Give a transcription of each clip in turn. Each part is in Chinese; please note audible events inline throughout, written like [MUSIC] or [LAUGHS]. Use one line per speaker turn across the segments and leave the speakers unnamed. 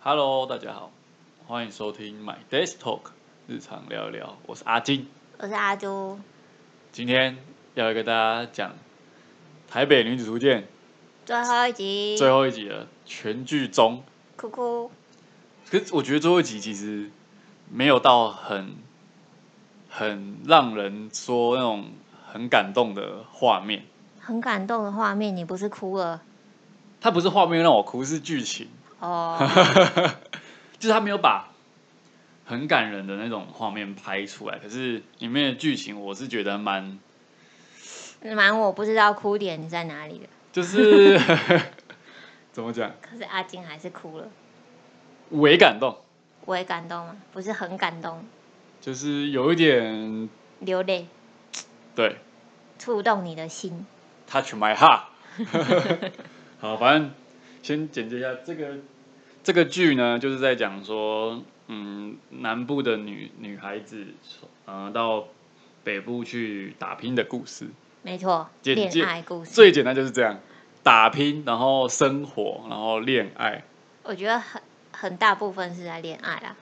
Hello，大家好，欢迎收听 My Desk Talk 日常聊一聊，我是阿金，
我是阿朱，
今天要来跟大家讲《台北女子图鉴
最后一集》，
最后一集了，全剧终。
哭哭，
可是我觉得最后一集其实没有到很很让人说那种很感动的画面，
很感动的画面，你不是哭了
它不是画面让我哭，是剧情，
哦？
[LAUGHS] 就是他没有把很感人的那种画面拍出来，可是里面的剧情我是觉得蛮。
蛮我不知道哭点在哪里的，
就是 [LAUGHS] 怎么讲，
可是阿金还是哭了，
伪感动，
我也感动吗？不是很感动，
就是有一点
流泪，
对
触动你的心。
touch my heart。好，反正先简介一下这个这个剧呢，就是在讲说，嗯，南部的女女孩子，呃，到北部去打拼的故事。
没错，
简
恋
介
爱故事，
最简单就是这样，打拼，然后生活，然后恋爱，
我觉得很很大部分是在恋爱啦，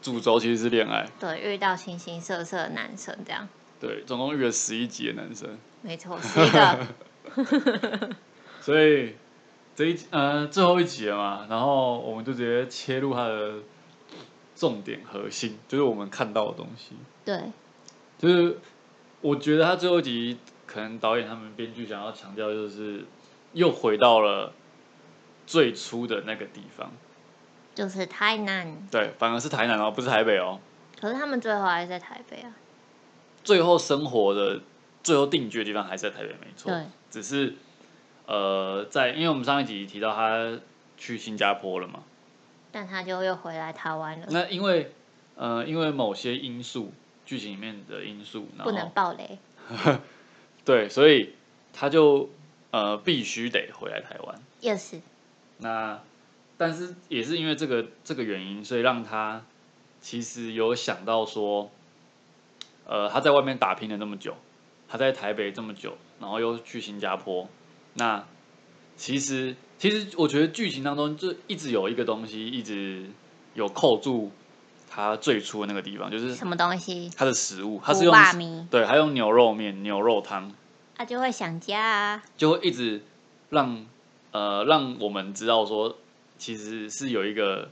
主轴其实是恋爱。
对，遇到形形色色的男生这样，
对，总共遇了十一集的男生。
没
[LAUGHS]
错，是一个
所以这一集呃最后一集了嘛，然后我们就直接切入它的重点核心，就是我们看到的东西。
对，
就是我觉得他最后一集可能导演他们编剧想要强调，就是又回到了最初的那个地方。
就是台南，
对，反而是台南哦，不是台北哦。
可是他们最后还是在台北啊，
最后生活的最后定居的地方还是在台北，没错。
对，
只是呃，在因为我们上一集提到他去新加坡了嘛，
但他就又回来台湾了，
那因为呃，因为某些因素，剧情里面的因素，然
不能
后
暴雷。
对，所以他就呃必须得回来台湾。
Yes，
那但是也是因为这个这个原因，所以让他其实有想到说，呃，他在外面打拼了那么久，他在台北这么久，然后又去新加坡，那其实其实我觉得剧情当中就一直有一个东西一直有扣住他最初的那个地方，就是
什么东西？
它的食物，它是
五
用
霸米，
对，它用牛肉面、牛肉汤，
他就会想家啊。
就会一直让呃让我们知道说，其实是有一个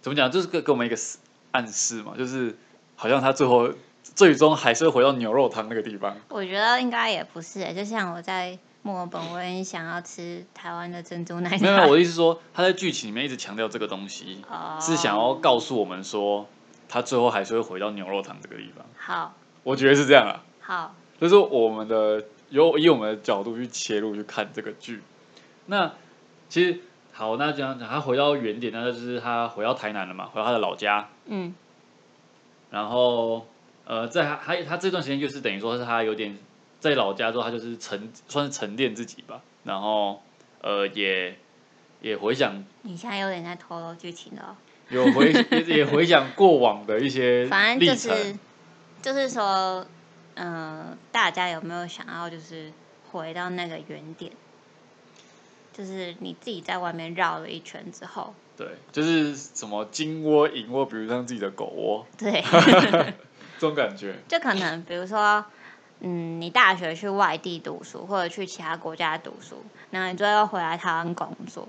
怎么讲，就是给给我们一个示暗示嘛，就是好像他最后最终还是会回到牛肉汤那个地方。
我觉得应该也不是欸、就像我在墨尔本，我也想要吃台湾的珍珠奶茶。
没有，没有我的意思是说他在剧情里面一直强调这个东西，
哦
是想要告诉我们说，他最后还是会回到牛肉汤这个地方。
好
我觉得是这样啊。
好
就是我们的有以我们的角度去切入去看这个剧。那其实好，那这样讲，他回到原点，那就是他回到台南了嘛，回到他的老家。
嗯，
然后呃，在他他他这段时间就是等于说是他有点在老家之后，他就是沉算是沉淀自己吧。然后呃，也也回想
你现在有点在透露剧情了哦、
有回 [LAUGHS] 也也回想过往的一些
[LAUGHS] 反正
呃历
就
程。
是就是说，嗯，大家有没有想要就是回到那个原点？就是你自己在外面绕了一圈之后，
对，就是什么金窝银窝，比如像自己的狗窝
对。
这种感觉。
就可能比如说，嗯，你大学去外地读书，或者去其他国家读书，然后你最后回来台湾工作，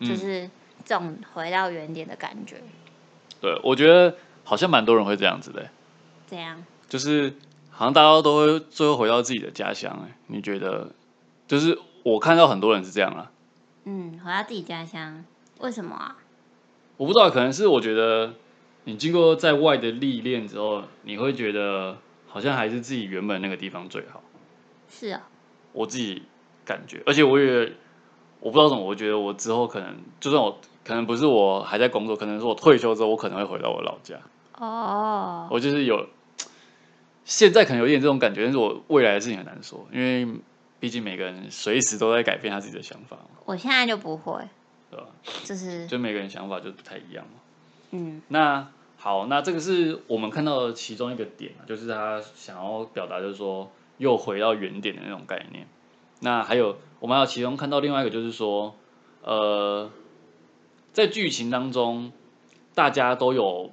嗯
就是这种回到原点的感觉。
对，我觉得好像蛮多人会这样子的欸，
这样，
就是好像大家都会最后回到自己的家乡。哎，你觉得？就是我看到很多人是这样啦，
嗯，回到自己家乡，为什么啊？
我不知道，可能是我觉得你经过在外的历练之后，你会觉得好像还是自己原本那个地方最好。
是哦，
我自己感觉，而且我也我不知道怎么，我觉得我之后可能就算我可能不是我还在工作，可能是我退休之后，我可能会回到我老家。
哦，
我就是有，现在可能有点这种感觉，但是我未来的事情很难说，因为毕竟每个人随时都在改变他自己的想法嘛，
我现在就不会，
对啊吧？
就是
就每个人想法就不太一样嘛。
嗯，
那好，那这个是我们看到的其中一个点啊，就是他想要表达，就是说又回到原点的那种概念。那还有，我们还有其中看到另外一个，就是说，呃，在剧情当中，大家都有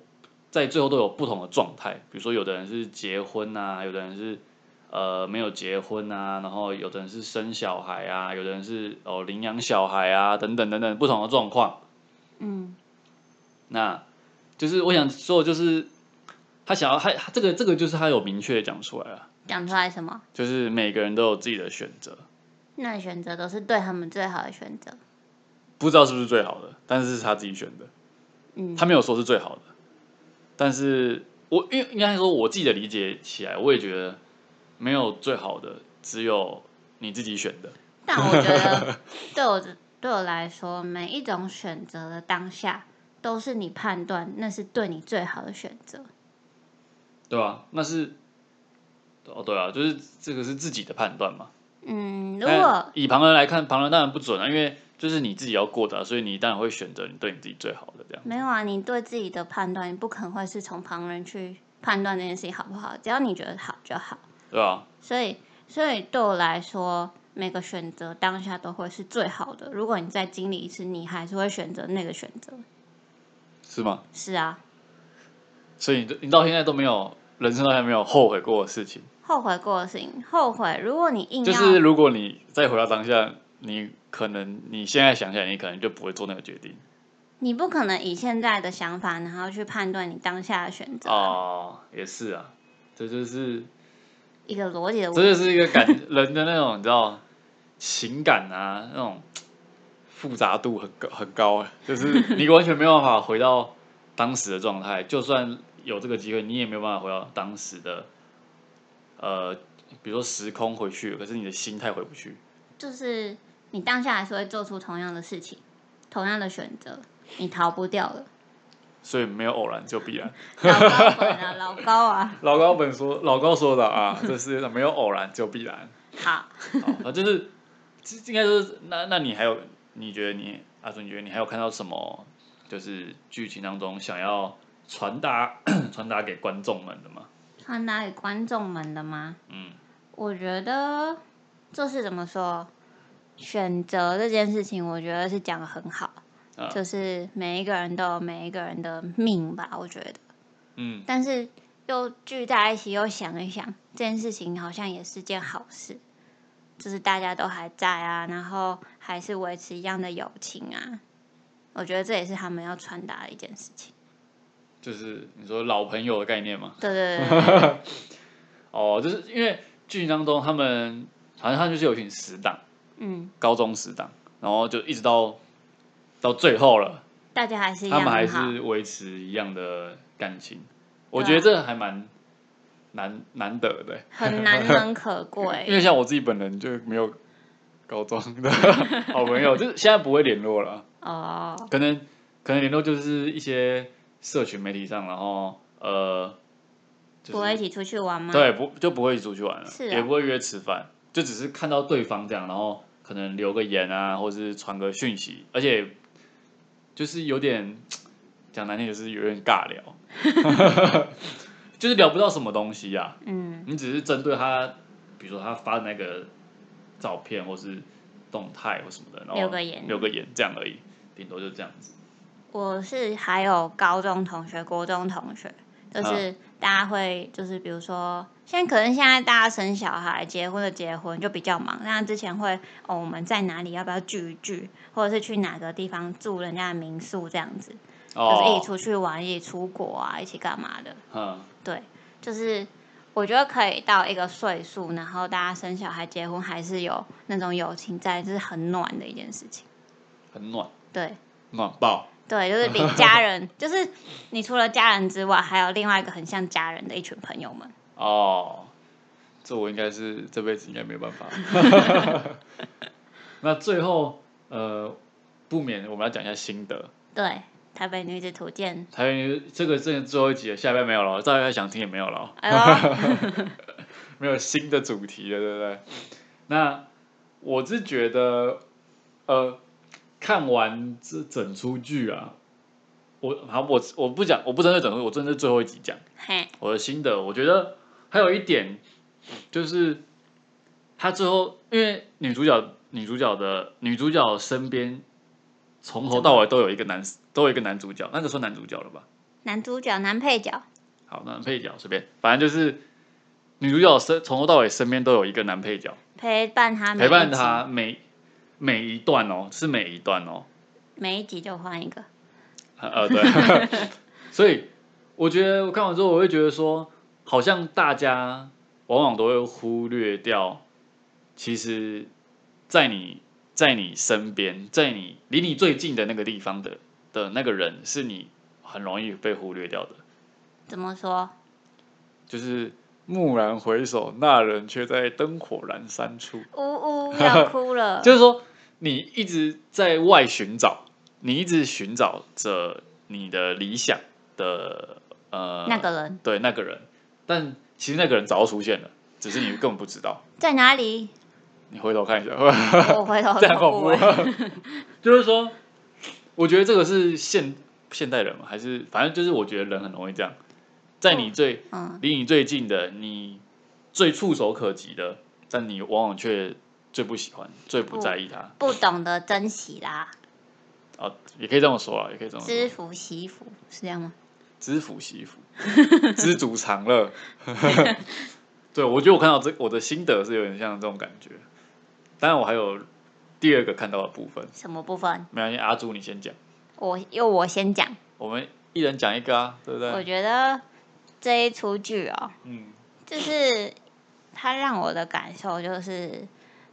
在最后都有不同的状态，比如说有的人是结婚啊，有的人是呃没有结婚啊，然后有的人是生小孩啊，有的人是哦领养小孩啊，等等等等不同的状况。
嗯
那就是我想说，就是他想要他他这个这个就是他有明确地讲出来了，
讲出来什么？
就是每个人都有自己的选择，
那选择都是对他们最好的选择。
不知道是不是最好的，但是是他自己选的。
嗯，
他没有说是最好的，但是我因为应该说我自己的理解起来，我也觉得没有最好的，只有你自己选的。
但我觉
[LAUGHS]
得对我对我来说，每一种选择的当下，都是你判断那是对你最好的选择。
对啊，那是哦，对啊，就是这个是自己的判断嘛。
嗯，如
但
果
以旁人来看，旁人当然不准啊，因为就是你自己要过的啊、所以你当然会选择你对你自己最好的这样。
没有啊，你对自己的判断，你不可能会是从旁人去判断这件事情好不好，只要你觉得好就好。
对啊，
所以，所以对我来说，每个选择当下都会是最好的。如果你再经历一次，你还是会选择那个选择。
是吗？
是啊，
所以你你到现在都没有人生到现在没有后悔过的事情，
后悔过的事情，后悔。如果你硬
就
要，
是如果你再回到当下，你可能你现在想起来，你可能就不会做那个决定。
你不可能以现在的想法，然后去判断你当下的选择，
哦，也是啊，这就是
一个逻辑的
这
问
就
题。
是一个感人的那种，你知道情感啊，那种复杂度很高很高啊，就是你完全没有办法回到当时的状态，就算有这个机会，你也没有办法回到当时的呃，比如说时空回去，可是你的心态回不去。
就是你当下还是会做出同样的事情，同样的选择，你逃不掉了。
所以没有偶然，就必然。
老高本啊，老高啊，
老高本说，老高说的啊，这世界上没有偶然，就必然。
好，
好，那哦呃就是这应该就是那那你还有你觉得你阿准，你觉得你还有看到什么就是剧情当中想要传达传达给观众们的吗？
传达给观众们的吗？
嗯，
我觉得就是怎么说，选择这件事情，我觉得是讲的很好，
啊、
就是每一个人都有每一个人的命吧，我觉得。
嗯，
但是又聚在一起，又想一想这件事情，好像也是件好事，就是大家都还在啊，然后还是维持一样的友情啊。我觉得这也是他们要传达的一件事情。
就是你说老朋友的概念
[LAUGHS]
吗？
对对对对对
哦，就是因为剧情当中他们好像他就是有一群死党，
嗯，
高中死党，然后就一直到到最后了。
大家还是一
他
样
们还
很好。
是维持一样的感情，我
对啊
觉得这还蛮难难得的欸、
很难能可
因 [LAUGHS]
贵，
为像我自己本人就没有高中的 [LAUGHS] 好朋友，就是现在不会联络了，
哦，
可能可能联络就是一些社群媒体上，然后呃，就是、
不会一起出去玩吗？
对不就不会一起出去玩了，
是啊
也不会约吃饭，就只是看到对方这样，然后可能留个言啊，或是传个讯息，而且就是有点讲难听，就是有点尬聊， [LAUGHS] 就是聊不到什么东西啊。
嗯
你只是针对他，比如说他发的那个照片或是动态或什么的，然后
留个言
留个言这样而已，顶多就这样子。，
我是还有高中同学、国中同学，就是大家会就是比如说，现在可能现在大家生小孩、结婚的结婚就比较忙，那之前会哦我们在哪里要不要聚一聚，或者是去哪个地方住人家的民宿这样子，就是一起
哦，
出去玩、一起出国啊、一起干嘛的，
嗯，
对，就是。我觉得可以到一个岁数，然后大家生小孩、结婚，还是有那种友情在，这是很暖的一件事情。
很暖
对，
暖爆，
对，就是比
[LAUGHS]
家人，就是你除了家人之外，还有另外一个很像家人的一群朋友们。
哦，这我应该是这辈子应该没有办法。 [LAUGHS] 那最后呃，不免我们要讲一下心得。
对，台北女子图鉴，
台湾这个这最后一集了，下半没有了，大家想听也没有了，
哎
[LAUGHS]
呦，
没有新的主题了，对不对？那我是觉得，呃，看完这整出剧啊，我好，我我不讲，我不针对整出，我针对最后一集讲。
嘿，
我的心得，我觉得还有一点就是，她最后因为女主角女主角的女主角身边从头到尾都有一个男，都有一个男主角，那个算男主角了吧？
男主角、男配角，
好，男配角随便，反正就是女主角身从头到尾身边都有一个男配角
陪伴他每一
陪伴
集，
她每每一段哦，是每一段哦，
每一集就换一个。
呃，对，
[LAUGHS]
所以我觉得我看完之后，我会觉得说，好像大家往往都会忽略掉，其实，在你在你身边，在你离你最近的那个地方的的那个人，是你很容易被忽略掉的。
怎么说？
就是蓦然回首，那人却在灯火阑珊处。
呜
[LAUGHS]
呜，要哭了。
就是说，你一直在外寻找，你一直寻找着你的理想的呃
那个人
对那个人，但其实那个人早就出现了，只是你根本不知道。
在哪里？
你回头看一下，
[LAUGHS]
[LAUGHS]
我回头
这样恐
走不
怖 [LAUGHS]
完。
吗。就是说，我觉得这个是现现代人嘛，还是反正就是我觉得人很容易这样，在你最、
嗯，
离你最近的，你最触手可及的，但你往往却最不喜欢、最
哦
不在意它。
不懂得珍惜啦，
啊，也可以这么说啊，也可以这么
知
说，
福惜福是这样吗？
知福惜福，知足常
[LAUGHS]
乐。对，我觉得我看到这我的心得是有点像这种感觉。当然，我还有第二个看到的部分，
什么部分？
没关系，阿朱你先讲，
我由我先讲。
我们一人讲一个啊，对不
我
对？
觉得这一出剧哦，
嗯，
就是他让我的感受就是，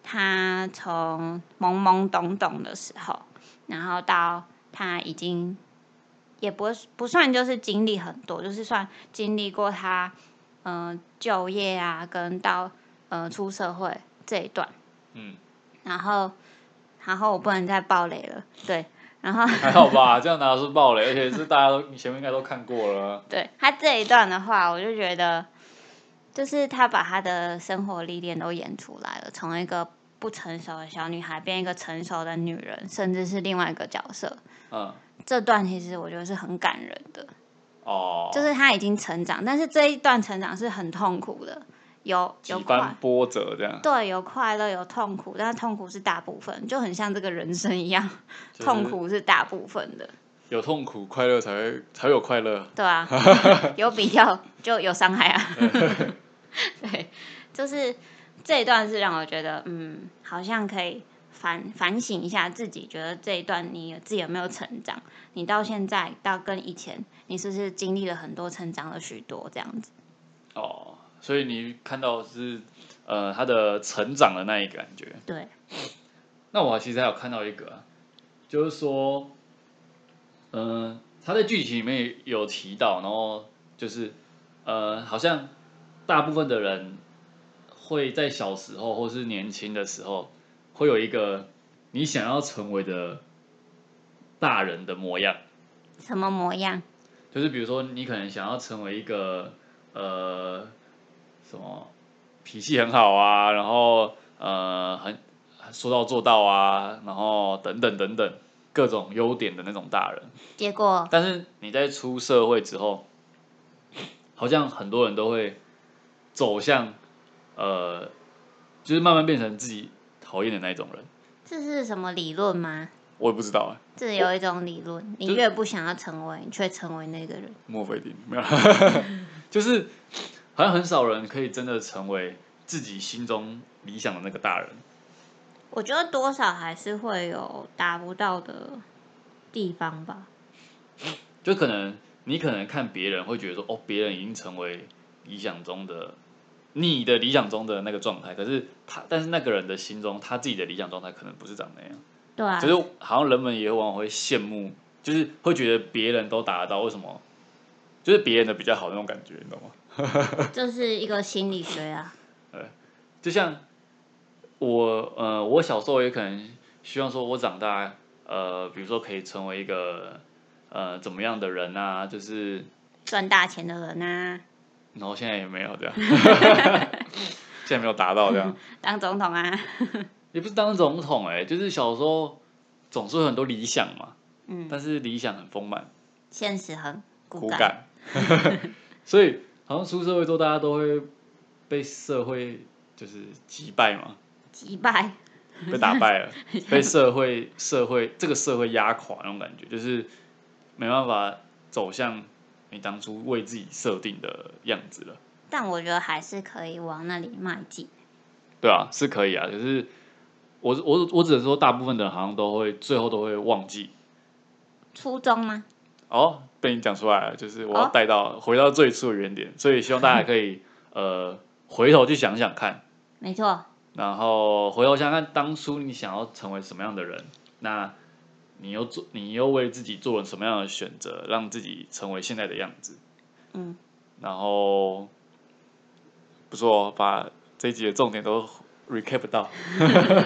他从懵懵懂懂的时候，然后到他已经也不不算就是经历很多，就是算经历过他嗯、呃就业啊，跟到呃出社会这一段，
嗯，
然后然后我不能再爆雷了，对，然后
还好吧，这样拿出爆雷，而且是大家都你前面应该都看过了啊。
对他这一段的话，我就觉得，就是他把他的生活历练都演出来了，从一个不成熟的小女孩变一个成熟的女人，甚至是另外一个角色。
嗯，
这段其实我觉得是很感人的，
哦，
就是他已经成长，但是这一段成长是很痛苦的，有有
几番
快，
波折这样，
对，有快乐，有痛苦，但是痛苦是大部分，就很像这个人生一样，
就是
痛苦是大部分的，
有痛苦，快乐才会才会有快乐。 [LAUGHS]
对啊，有比较就有伤害啊。 [LAUGHS] 对，就是这一段是让我觉得，嗯，好像可以反反省一下自己，觉得这一段你自己有没有成长？你到现在到跟以前，你是不是经历了很多，成长了许多这样子？
哦，所以你看到是呃他的成长的那一感觉。
对，
那我其实还有看到一个啊、就是说，呃，他在剧情里面有提到，然后就是呃，好像大部分的人会在小时候或是年轻的时候，会有一个你想要成为的大人的模样。
什么模样？
就是比如说，你可能想要成为一个呃什么脾气很好啊，然后呃很说到做到啊，然后等等等等各种优点的那种大人。
结果
但是你在出社会之后，好像很多人都会走向呃，就是慢慢变成自己讨厌的那一种人。
这是什么理论吗？
我也不知道哎、
这有一种理论，你
就
越不想要成为，你却成为那个人。
墨菲定律没有， [LAUGHS] 就是好像很少人可以真的成为自己心中理想的那个大人。
我觉得多少还是会有达不到的地方吧。
就可能你可能看别人会觉得说，哦，别人已经成为理想中的你的理想中的那个状态，可是他，但是那个人的心中他自己的理想状态可能不是长那样。
对啊，
就是好像人们也往往会羡慕，就是会觉得别人都达得到，为什么？就是别人的比较好那种感觉，你懂吗？
这是一个心理学啊。
就像我呃，我小时候也可能希望说，我长大呃，比如说可以成为一个呃怎么样的人啊，就是
赚大钱的人啊，
然后现在也没有这样， [LAUGHS] 现在没有达到这样，
当总统啊，
也不是当总统哎、就是小时候总是会有很多理想嘛，
嗯，
但是理想很丰满，
现实很骨
骨
感，
感， [LAUGHS] 所以好像出社会之后，大家都会被社会就是击败嘛，
击败
被打败了，被社会社会这个社会压垮那种感觉，就是没办法走向你当初为自己设定的样子了。
但我觉得还是可以往那里迈进。
对啊，是可以啊，可是我我我只能说，大部分的人好像都会最后都会忘记。
初衷吗？
哦，被你讲出来了，就是我要
哦
带到、回到最初的原点，所以希望大家可以呃回头去想想看，
没错，
然后回头想想看当初你想要成为什么样的人，那你又做你又为自己做了什么样的选择，让自己成为现在的样子，
嗯，
然后不错、哦，把这一集的重点都 recap 到，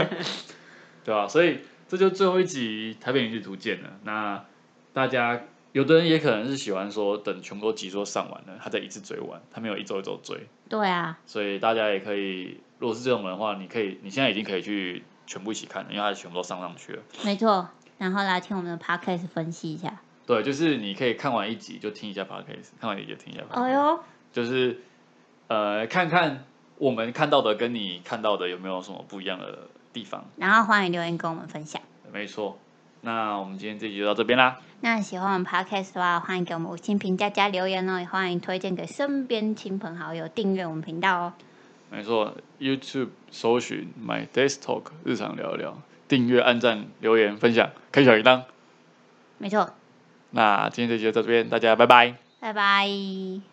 [LAUGHS] 对吧、所以这就是最后一集《台北女子图鉴》了。那大家有的人也可能是喜欢说等全国集数上完了，他再一次追完，他没有一周一周追，
对啊，
所以大家也可以，如果是这种人的话，你可以你现在已经可以去全部一起看了，因为它全部都上上去了。
没错。然后来听我们的 podcast 分析一下。
对，就是你可以看完一集就听一下 podcast，看完一集就听一下 podcast。
哦哟，
就是呃，看看我们看到的跟你看到的有没有什么不一样的地方。
然后欢迎留言跟我们分享。
没错，那我们今天这集就到这边啦。
那喜欢我们 podcast 的话，欢迎给我们五星评价加留言哦，也欢迎推荐给身边亲朋好友，订阅我们频道哦。
没错，YouTube 搜寻 My Desk Talk 日常聊一聊，订阅、按赞、留言、分享，开小铃铛。
没错，
那今天这集就到这边，大家拜拜。
拜拜。